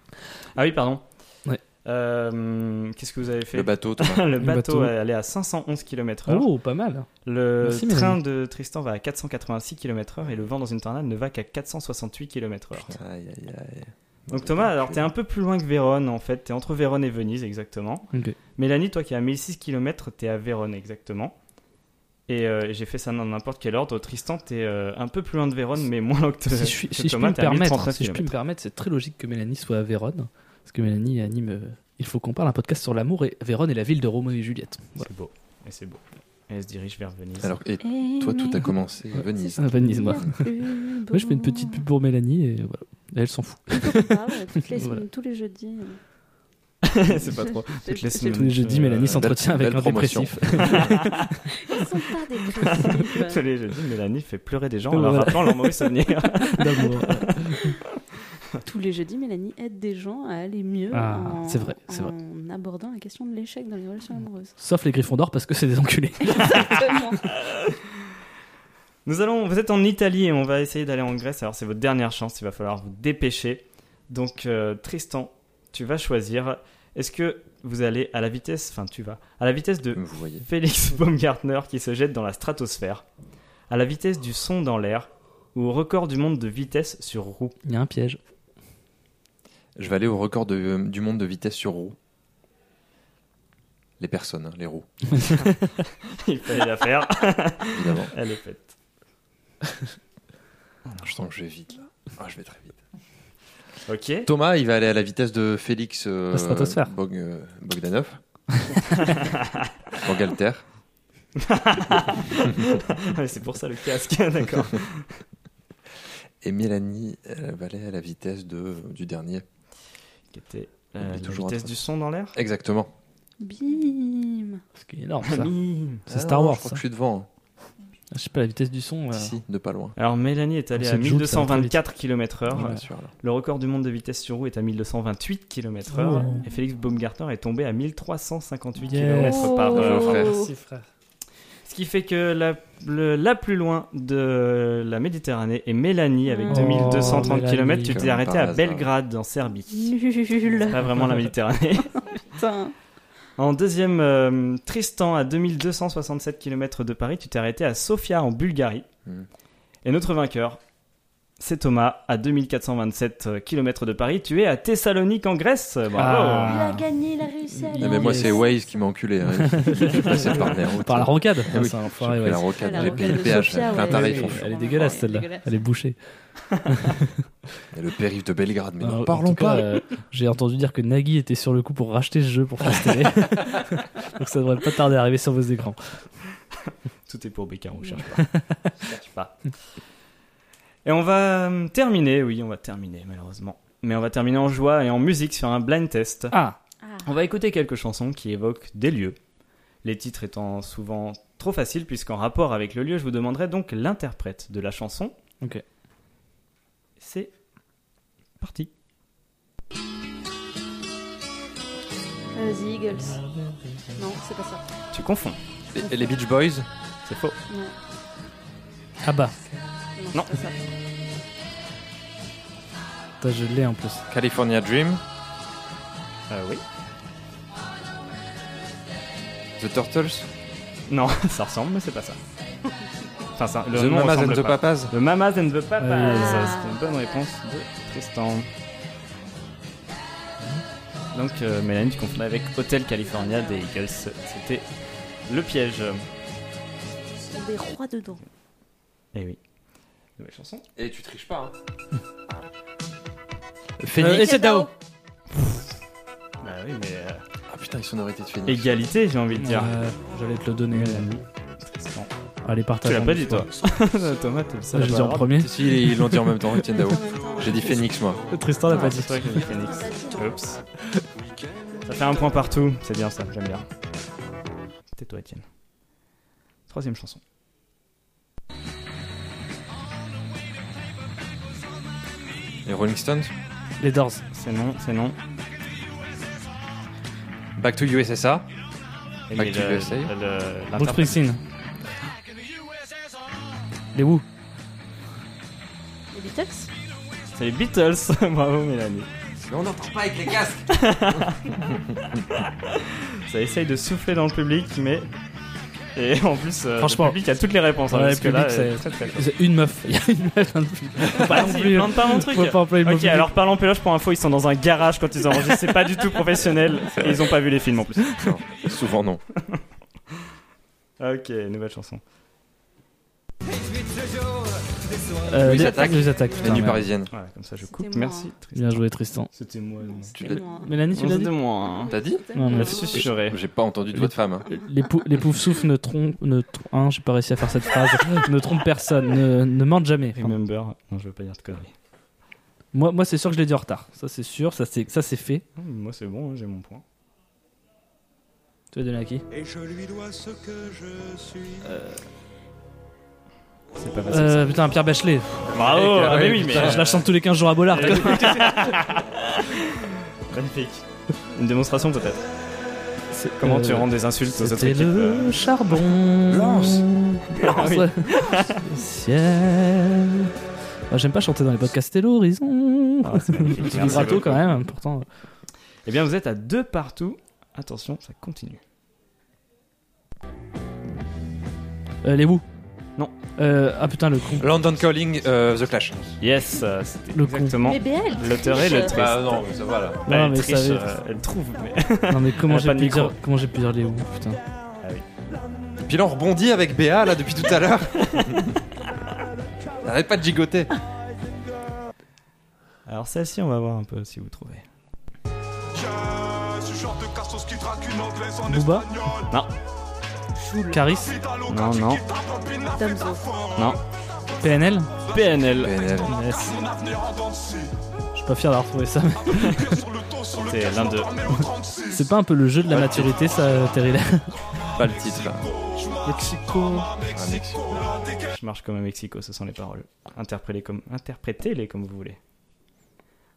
Speaker 2: Ah oui, pardon.
Speaker 4: Ouais.
Speaker 2: Euh, Qu'est-ce que vous avez fait
Speaker 5: Le bateau, Thomas.
Speaker 2: Le
Speaker 4: Le
Speaker 2: bateau,
Speaker 4: bateau.
Speaker 2: elle est à 511 km/h.
Speaker 4: Oh, pas mal.
Speaker 2: le
Speaker 4: Merci,
Speaker 2: train de Tristan va à 486 km/h et le vent dans une tornade ne va qu'à 468 km/h.
Speaker 5: Aïe, aïe, aïe.
Speaker 2: Donc Thomas, alors t'es un peu plus loin que Vérone en fait, t'es entre Vérone et Venise exactement.
Speaker 4: Ok.
Speaker 2: Mélanie, toi qui es à 1006 km, t'es à Vérone exactement. Et euh, j'ai fait ça dans n'importe quel ordre. Tristan, t'es euh, un peu plus loin de Vérone, mais moins loin que,
Speaker 4: Si je, suis-
Speaker 2: Euh, que
Speaker 4: si je puis
Speaker 2: Thomas,
Speaker 4: me
Speaker 2: t'es à
Speaker 4: permettre, hein,
Speaker 2: 1039
Speaker 4: si je puis me
Speaker 2: kilomètres.
Speaker 4: permettre, c'est très logique que Mélanie soit à Vérone, parce que Mélanie anime. euh, il faut qu'on parle un podcast sur l'amour et Vérone est la ville de Roméo et Juliette. Voilà.
Speaker 2: C'est beau, et c'est beau. Et elle se dirige vers Venise.
Speaker 5: Alors, et toi, tout a commencé à
Speaker 4: Ouais.
Speaker 5: Venise.
Speaker 4: Ah, Venise, moi. Moi, je fais une petite pub pour Mélanie et voilà. Et Elle s'en fout.
Speaker 3: Ah toutes les semaines,
Speaker 4: Voilà.
Speaker 3: tous les jeudis.
Speaker 2: c'est pas trop.
Speaker 3: Je-
Speaker 2: Toutes les
Speaker 3: je-
Speaker 2: semaines,
Speaker 4: Tous les jeudis,
Speaker 2: euh,
Speaker 4: Mélanie
Speaker 5: s'en-
Speaker 4: s'entretient
Speaker 5: belle-
Speaker 4: avec un
Speaker 5: belle promotion.
Speaker 4: dépressif.
Speaker 3: Ils sont pas dépressifs.
Speaker 2: Tous les jeudis, Mélanie fait pleurer des gens en leur
Speaker 4: Voilà.
Speaker 2: rappelant leur mauvais souvenir.
Speaker 4: d'amour.
Speaker 3: Bah, Tous les jeudis, Mélanie aide des gens à aller mieux
Speaker 4: Ah,
Speaker 3: en,
Speaker 4: c'est vrai, c'est vrai.
Speaker 3: en abordant la question de l'échec dans les relations amoureuses.
Speaker 4: Sauf les Griffons d'or parce que c'est des enculés.
Speaker 3: Exactement.
Speaker 2: Nous allons, vous êtes en Italie et on va essayer d'aller en Grèce. Alors c'est votre dernière chance, il va falloir vous dépêcher. Donc euh, Tristan, tu vas choisir. Est-ce que vous allez à la vitesse, enfin tu vas, à la vitesse de
Speaker 5: Comme vous voyez.
Speaker 2: Félix Baumgartner qui se jette dans la stratosphère, à la vitesse du son dans l'air ou au record du monde de vitesse sur roue
Speaker 4: Il y a un piège.
Speaker 5: Je vais aller au record de- du monde de vitesse sur roue. Les personnes, hein, les roues,
Speaker 2: Il fallait la faire,
Speaker 5: évidemment.
Speaker 2: elle est faite.
Speaker 5: Je sens que je vais vite là. Ah, je vais très vite.
Speaker 2: Ok
Speaker 5: Thomas, il va aller à la vitesse de Félix euh,
Speaker 4: La stratosphère.
Speaker 5: Bog- euh, Bogdanov. Bogalter.
Speaker 2: C'est pour ça le casque, d'accord.
Speaker 5: Et Mélanie, elle va aller à la vitesse de, du dernier.
Speaker 2: Qui était
Speaker 5: Il est
Speaker 2: euh, la
Speaker 5: toujours en
Speaker 2: vitesse
Speaker 5: train.
Speaker 2: du son dans l'air
Speaker 5: Exactement.
Speaker 3: Bim
Speaker 4: Ce qui est énorme, ça.
Speaker 2: Mime.
Speaker 4: C'est Star Wars,
Speaker 5: Ah, Je crois
Speaker 4: ça.
Speaker 5: que je suis devant. hein.
Speaker 4: Je sais pas, la vitesse du son. euh,
Speaker 5: Si, de pas loin.
Speaker 2: Alors Mélanie est allée
Speaker 4: Dans
Speaker 2: à
Speaker 4: cette joute, ça va très
Speaker 2: 1224 km/h.
Speaker 4: Ouais.
Speaker 5: Bien sûr, là.
Speaker 2: Le record du monde de vitesse sur roue est à 1228 km/h.
Speaker 4: Oh.
Speaker 2: Et Félix Baumgartner est tombé à 1358
Speaker 4: Yes.
Speaker 2: km par
Speaker 3: Oh.
Speaker 2: heure.
Speaker 5: frère.
Speaker 4: Merci, frère.
Speaker 2: Ce qui fait que la, le- la plus loin de la Méditerranée est Mélanie avec
Speaker 3: Oh,
Speaker 2: 2230
Speaker 4: Mélanie.
Speaker 2: km. Tu
Speaker 5: Comme
Speaker 2: t'es arrêté
Speaker 5: par
Speaker 2: à
Speaker 5: hasard.
Speaker 2: Belgrade en Serbie.
Speaker 3: Nul.
Speaker 2: Pas vraiment la Méditerranée.
Speaker 3: Putain.
Speaker 2: En deuxième, euh, Tristan à 2267 km de Paris, tu t'es arrêté à Sofia en Bulgarie.
Speaker 5: Mm.
Speaker 2: Et notre vainqueur, c'est Thomas à 2427 km euh, de Paris. Tu es à Thessalonique en Grèce. Bravo.
Speaker 4: Ah.
Speaker 6: Il a gagné, il a réussi à
Speaker 5: Ah,
Speaker 6: aller.
Speaker 5: mais
Speaker 6: en
Speaker 5: moi,
Speaker 6: Grèce.
Speaker 5: c'est Waze qui m'a enculé. hein. Je suis passé par les routes.
Speaker 4: Par la rocade.
Speaker 5: Ah oui,
Speaker 4: c'est un
Speaker 5: j'ai
Speaker 4: enfoiré,
Speaker 5: pris
Speaker 4: ouais.
Speaker 5: la rocade, j'ai payé le péage, j'ai
Speaker 3: Sofia,
Speaker 5: fait un
Speaker 3: ouais.
Speaker 5: tarif.
Speaker 3: Oui,
Speaker 5: on
Speaker 3: oui.
Speaker 5: fait.
Speaker 4: Elle est
Speaker 3: Ouais,
Speaker 4: dégueulasse
Speaker 3: ouais,
Speaker 4: celle-là,
Speaker 3: dégueulasse.
Speaker 4: elle est bouchée.
Speaker 5: Et le périph' de Belgrade, mais
Speaker 4: Alors,
Speaker 5: n'en
Speaker 4: en
Speaker 5: parlons
Speaker 4: tout cas,
Speaker 5: pas.
Speaker 4: euh, J'ai entendu dire que Nagui était sur le coup pour racheter ce jeu pour France Télé. Donc ça devrait pas tarder à arriver sur vos écrans.
Speaker 2: Tout est pour Bécard, on cherche pas. On cherche pas. Et on va euh, terminer, oui, on va terminer malheureusement. Mais on va terminer en joie et en musique sur un blind test.
Speaker 4: Ah,
Speaker 6: Ah.
Speaker 2: On va écouter quelques chansons qui évoquent des lieux. Les titres étant souvent trop faciles puisqu'en rapport avec le lieu, je vous demanderai donc l'interprète de la chanson.
Speaker 4: Ok.
Speaker 2: C'est parti.
Speaker 3: Euh, The Eagles. Non, c'est pas ça.
Speaker 2: Tu confonds.
Speaker 5: Les, les Beach Boys
Speaker 2: C'est faux.
Speaker 3: Non,
Speaker 4: ah bah,
Speaker 3: non,
Speaker 2: Non.
Speaker 3: c'est pas ça.
Speaker 4: Putain, je l'ai en plus.
Speaker 5: California Dream
Speaker 2: Euh, oui.
Speaker 5: The Turtles
Speaker 2: Non, ça ressemble, mais c'est pas ça. Enfin, ça, le
Speaker 5: The
Speaker 2: nom
Speaker 5: Mamas and
Speaker 2: ressemble
Speaker 5: the
Speaker 2: pas.
Speaker 5: Papas
Speaker 2: Le Mamas and the Papas.
Speaker 4: Ouais.
Speaker 2: Ça, C'était une bonne réponse de Tristan. Donc, euh, Mélanie, tu confondais avec Hotel California des Eagles. C'était le piège.
Speaker 6: Ils sont des rois dedans.
Speaker 2: Eh oui. Nouvelle chanson.
Speaker 5: Et tu triches pas, hein.
Speaker 4: Euh, et
Speaker 5: Phoenix
Speaker 4: c'est Dao.
Speaker 2: Bah oui, mais. euh,
Speaker 5: Ah putain, les sonorités de Phoenix.
Speaker 2: Égalité, j'ai envie de dire.
Speaker 4: Euh, J'allais te le donner.
Speaker 2: Tristan.
Speaker 4: Allez,
Speaker 2: Tu
Speaker 4: partage.
Speaker 2: l'as pas dit, toi Thomas, t'es le
Speaker 4: Ça,
Speaker 2: seul.
Speaker 4: je l'ai dit en premier.
Speaker 5: Si, ils l'ont dit en même temps, Etienne Dao.
Speaker 3: En même temps,
Speaker 5: J'ai dit Phoenix, moi.
Speaker 4: Tristan l'a pas dit.
Speaker 2: Ah, C'est toi qui as dit Phoenix. Oups. Ça fait un point partout. C'est bien ça, j'aime bien. Tais-toi, Etienne. Troisième chanson.
Speaker 5: Les Rolling Stones
Speaker 4: Les Doors.
Speaker 2: C'est non, c'est non.
Speaker 5: Back to USSR
Speaker 2: Et
Speaker 5: Back
Speaker 2: mais
Speaker 5: to
Speaker 2: le-
Speaker 5: USA.
Speaker 2: le- le-
Speaker 4: Bruce
Speaker 2: l'interprète-
Speaker 4: Springsteen. Les Who.
Speaker 3: Les Beatles
Speaker 2: C'est les Beatles. Bravo, Mélanie.
Speaker 5: Mais on n'entend pas avec les casques
Speaker 2: Ça essaye de souffler dans le public, mais. Et en plus, euh,
Speaker 4: Franchement.
Speaker 2: le public a toutes les réponses. hein,
Speaker 4: Ouais, le
Speaker 2: parce que là,
Speaker 4: public, c'est-
Speaker 2: euh, très très fort.
Speaker 4: C'est une meuf. Il y a une meuf dans le film. Faut pas non
Speaker 2: Vas-y,
Speaker 4: plus.
Speaker 2: plante pas mon truc.
Speaker 4: Faut pas employer le mot
Speaker 2: Ok,
Speaker 4: public.
Speaker 2: alors parlons péloche pour info, ils sont dans un garage quand ils enregistrent, c'est pas du tout professionnel et ils ont pas vu les films en plus.
Speaker 5: Souvent non.
Speaker 2: Ok, nouvelle chanson.
Speaker 4: Euh,
Speaker 5: Louis
Speaker 4: les-
Speaker 5: Attaque.
Speaker 4: Louis Attaque,
Speaker 5: La
Speaker 4: putain,
Speaker 5: nuit
Speaker 4: ouais.
Speaker 5: parisienne.
Speaker 2: Voilà, comme ça je
Speaker 3: C'était
Speaker 2: coupe.
Speaker 3: moi,
Speaker 2: Merci.
Speaker 3: hein.
Speaker 2: Tristan.
Speaker 4: Bien joué, Tristan.
Speaker 2: C'était moi. non.
Speaker 5: l'as-
Speaker 3: C'était moi.
Speaker 4: Mélanie, tu
Speaker 2: Non,
Speaker 4: l'as dit
Speaker 2: C'était moi. hein.
Speaker 5: T'as dit
Speaker 3: C'était
Speaker 4: Non,
Speaker 3: moi.
Speaker 4: mais
Speaker 2: Je suis sûr.
Speaker 5: J'ai pas entendu de
Speaker 4: Les-
Speaker 5: votre femme. hein.
Speaker 4: Les, pou les poufsouffles ne trompent. Ne trom- hein, j'ai pas réussi à faire cette phrase. ne trompe personne. Ne, ne mentent jamais. Enfin,
Speaker 2: Remember. Non, je veux pas dire de conneries.
Speaker 4: moi, moi c'est sûr que je l'ai dit en retard. Ça, c'est sûr. Ça, c'est ça, c'est fait.
Speaker 2: Oh, mais Moi, c'est bon, hein, j'ai mon point.
Speaker 4: Tu l'as donné à qui
Speaker 7: Et je lui dois ce que je suis.
Speaker 2: C'est pas facile.
Speaker 4: euh, Putain, Pierre Bachelet.
Speaker 2: Bravo. Ah, mais oui, mais.
Speaker 4: Putain, je la chante tous les 15 jours à Bollard. quoi.
Speaker 2: euh, Magnifique. Une démonstration peut-être.
Speaker 4: C'est-
Speaker 2: Comment
Speaker 4: euh,
Speaker 2: tu rends des insultes aux autres
Speaker 4: C'était
Speaker 2: équipes
Speaker 4: le
Speaker 2: euh,
Speaker 4: charbon.
Speaker 5: Lance.
Speaker 2: Ah oui.
Speaker 4: Ouais. Ciel. Moi, J'aime pas chanter dans les podcasts, c'était l'horizon.
Speaker 2: Ah, c'est magnifique,
Speaker 4: C'est
Speaker 2: merci
Speaker 4: vibrato
Speaker 2: beaucoup.
Speaker 4: quand même, pourtant.
Speaker 2: Eh bien, vous êtes à deux partout. Attention, ça continue.
Speaker 4: Euh, les Who
Speaker 2: Non. Bah,
Speaker 4: Euh, ah putain, le con.
Speaker 5: London Calling, euh, The Clash.
Speaker 2: Yes, euh, c'était
Speaker 4: Le con.
Speaker 2: exactement
Speaker 6: Mais BL.
Speaker 2: l'auteur et le triste.
Speaker 5: Bah non, mais ça va là.
Speaker 4: Non,
Speaker 2: elle,
Speaker 4: mais
Speaker 2: triche,
Speaker 4: ça avait-
Speaker 2: euh, elle trouve, mais
Speaker 4: Non, mais comment
Speaker 2: Elle a
Speaker 4: j'ai
Speaker 2: pas de
Speaker 4: pu,
Speaker 2: micro.
Speaker 4: dire... comment j'ai pu dire les Who putain.
Speaker 5: Puis là, on rebondit avec Béa là depuis tout à l'heure. Arrête pas de gigoter.
Speaker 2: Alors celle-ci, on va voir un peu si vous trouvez.
Speaker 7: Je suis genre de cassos qui traque une anglaise en
Speaker 4: Booba
Speaker 7: espagnol.
Speaker 4: Caris
Speaker 2: Non, non,
Speaker 3: Damso.
Speaker 2: non.
Speaker 4: PNL
Speaker 2: PNL.
Speaker 5: PNL.
Speaker 4: Yes.
Speaker 7: Mon avenir en dents de scie.
Speaker 4: Je suis pas fier d'avoir trouvé ça. mais
Speaker 7: Cuir sur le dos, sur le
Speaker 2: C'est
Speaker 7: cœur,
Speaker 2: l'un
Speaker 7: je
Speaker 2: d'eux.
Speaker 7: m'endormais au 36.
Speaker 4: C'est pas un peu le jeu de la maturité, ça, Terry Lair
Speaker 5: pas le titre.
Speaker 4: Mexico.
Speaker 5: Ah, Mexico.
Speaker 2: Je marche comme à Mexico, ce sont les paroles. Interprétez-les comme, interprétez-les comme vous voulez.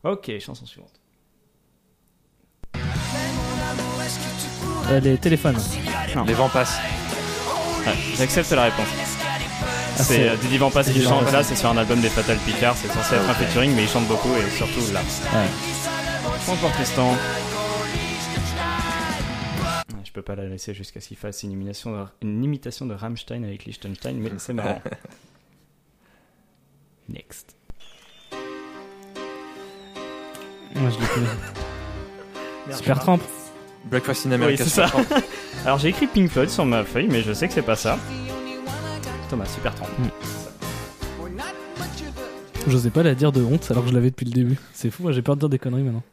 Speaker 2: Ok, chanson suivante.
Speaker 4: Euh, les téléphones.
Speaker 5: Les vents passent.
Speaker 2: Ouais, J'accepte la réponse.
Speaker 4: c'est-
Speaker 2: Ah, c'est euh, Didi Van Pass qui
Speaker 4: Didi Van
Speaker 2: chante
Speaker 4: Pass.
Speaker 2: là, c'est sur un album des Fatal Picard, c'est censé être un featuring, mais il chante beaucoup et surtout là.
Speaker 4: Ouais.
Speaker 2: Transport Tristan. Ouais, Je peux pas la laisser jusqu'à ce qu'il fasse une imitation, de, une imitation de Rammstein avec Liechtenstein, mais c'est marrant. Next.
Speaker 4: Moi, je l'ai connu. Supertramp.
Speaker 5: Breakfast in
Speaker 2: Oui,
Speaker 5: America.
Speaker 2: c'est ça. Alors j'ai écrit Pink Floyd sur ma feuille, mais je sais que c'est pas ça. Thomas, super trompe.
Speaker 4: J'osais pas la dire de honte alors que je l'avais depuis le début. C'est fou, moi j'ai peur de dire des conneries maintenant.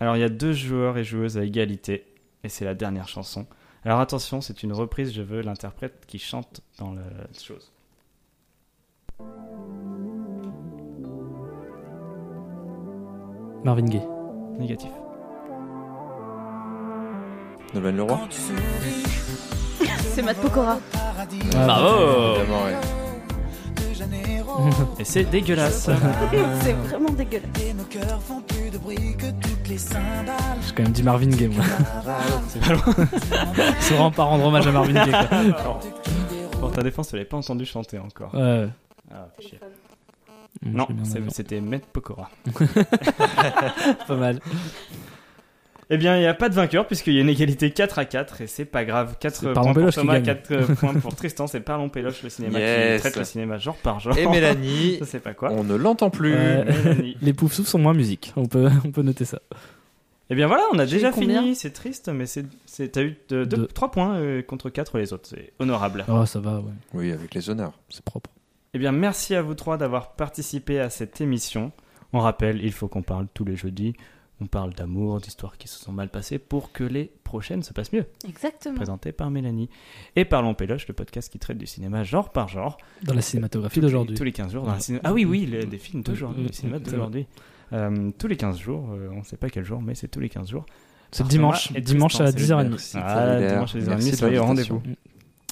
Speaker 2: Alors il y a deux joueurs et joueuses à égalité, et c'est la dernière chanson. Alors attention, c'est une reprise, je veux l'interprète qui chante dans la chose.
Speaker 4: Marvin Gaye.
Speaker 2: Négatif.
Speaker 5: Nolan Leroy.
Speaker 3: C'est Matt Pokora.
Speaker 4: Ah, bah,
Speaker 2: Bravo
Speaker 5: Évidemment, ouais.
Speaker 2: Et c'est dégueulasse.
Speaker 4: Ah.
Speaker 3: C'est vraiment dégueulasse.
Speaker 4: J'ai quand même dit Marvin Gaye moi. C'est pas loin. C'est vraiment pas rendre hommage à Marvin Gaye quoi.
Speaker 2: Pour ta défense, tu l'avais pas entendu chanter encore.
Speaker 4: Ouais.
Speaker 2: Ah, fais chier. Non, c'est- c'était Met Pokora.
Speaker 4: pas mal.
Speaker 2: Eh bien, il n'y a pas de vainqueur puisqu'il y a une égalité 4 à 4 et c'est pas grave. 4
Speaker 4: C'est
Speaker 2: points
Speaker 4: Parlon
Speaker 2: pour
Speaker 4: Péloche qui
Speaker 2: Thomas,
Speaker 4: gagne.
Speaker 2: 4 points pour Tristan, c'est Parlon Péloche le cinéma
Speaker 5: Yes. Eh,
Speaker 2: qui traite le cinéma genre par genre.
Speaker 5: Et Mélanie,
Speaker 2: Ça c'est pas quoi.
Speaker 5: on ne l'entend plus.
Speaker 4: Ouais.
Speaker 2: Mélanie.
Speaker 4: Euh, Les poufs souffles sont moins musique. On peut, on peut noter ça.
Speaker 2: Eh bien voilà, on a
Speaker 3: J'ai
Speaker 2: déjà
Speaker 3: eu combien
Speaker 2: fini, c'est triste, mais c'est, c'est- t'as eu de- deux-
Speaker 4: Deux.
Speaker 2: trois points euh, contre quatre les autres, c'est honorable.
Speaker 4: Oh, ça va, ouais.
Speaker 5: Oui, avec les honneurs.
Speaker 4: C'est propre.
Speaker 2: Eh bien merci à vous trois d'avoir participé à cette émission. On rappelle, il faut qu'on parle tous les jeudis, on parle d'amour, d'histoires qui se sont mal passées pour que les prochaines se passent mieux.
Speaker 3: Exactement.
Speaker 2: Présenté par Mélanie. Et Parlons Péloche, le podcast qui traite du cinéma genre par genre.
Speaker 4: Dans la cinématographie d'aujourd'hui.
Speaker 2: Tous les 15 jours dans la ciné- Ah oui, oui, les- des films d'aujourd'hui,
Speaker 4: Mm,
Speaker 2: le cinéma
Speaker 4: mm, c'est
Speaker 2: d'aujourd'hui. Euh, tous les 15 jours, euh, on ne sait pas quel jour, mais c'est tous les 15 jours.
Speaker 4: C'est
Speaker 2: Par
Speaker 4: dimanche.
Speaker 2: Thomas et
Speaker 4: Dimanche
Speaker 2: Tristan,
Speaker 4: à
Speaker 2: c'est le
Speaker 4: 10h30.
Speaker 5: Merci,
Speaker 2: Ah,
Speaker 5: solidaire.
Speaker 2: dimanche les
Speaker 5: Merci
Speaker 2: amis,
Speaker 5: de
Speaker 2: soyez au
Speaker 5: l'invitation.
Speaker 2: rendez-vous.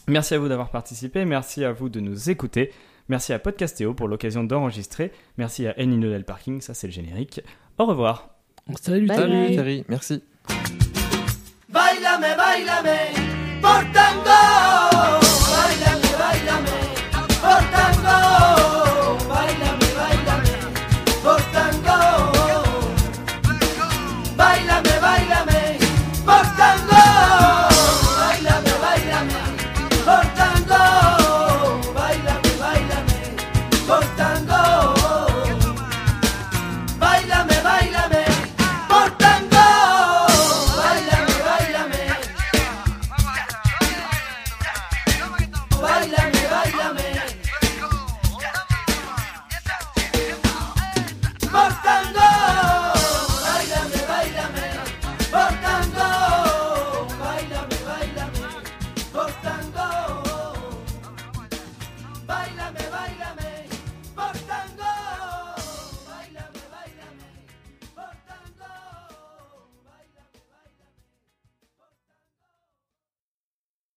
Speaker 2: Merci à vous d'avoir participé, merci à vous de nous écouter, merci à Podcastéo pour l'occasion d'enregistrer, merci à Nino del E Parking, ça c'est le générique. Au revoir.
Speaker 4: Salut,
Speaker 3: Bye
Speaker 4: salut.
Speaker 5: Salut,
Speaker 3: bye.
Speaker 5: Thierry. Merci.
Speaker 8: Báilame, báilame, por tango. Báilame, báilame, por tango. Báilame, báilame, por tango. Báilame, báilame, por tango. Báilame, báilame, por tango. Báilame, báilame, por tango. Báilame, báilame, por tango. Báilame, báilame. Báilame, báilame. Por tango. Báilame, báilame. Por tango. Báilame, báilame. Por tango. Báilame, báilame.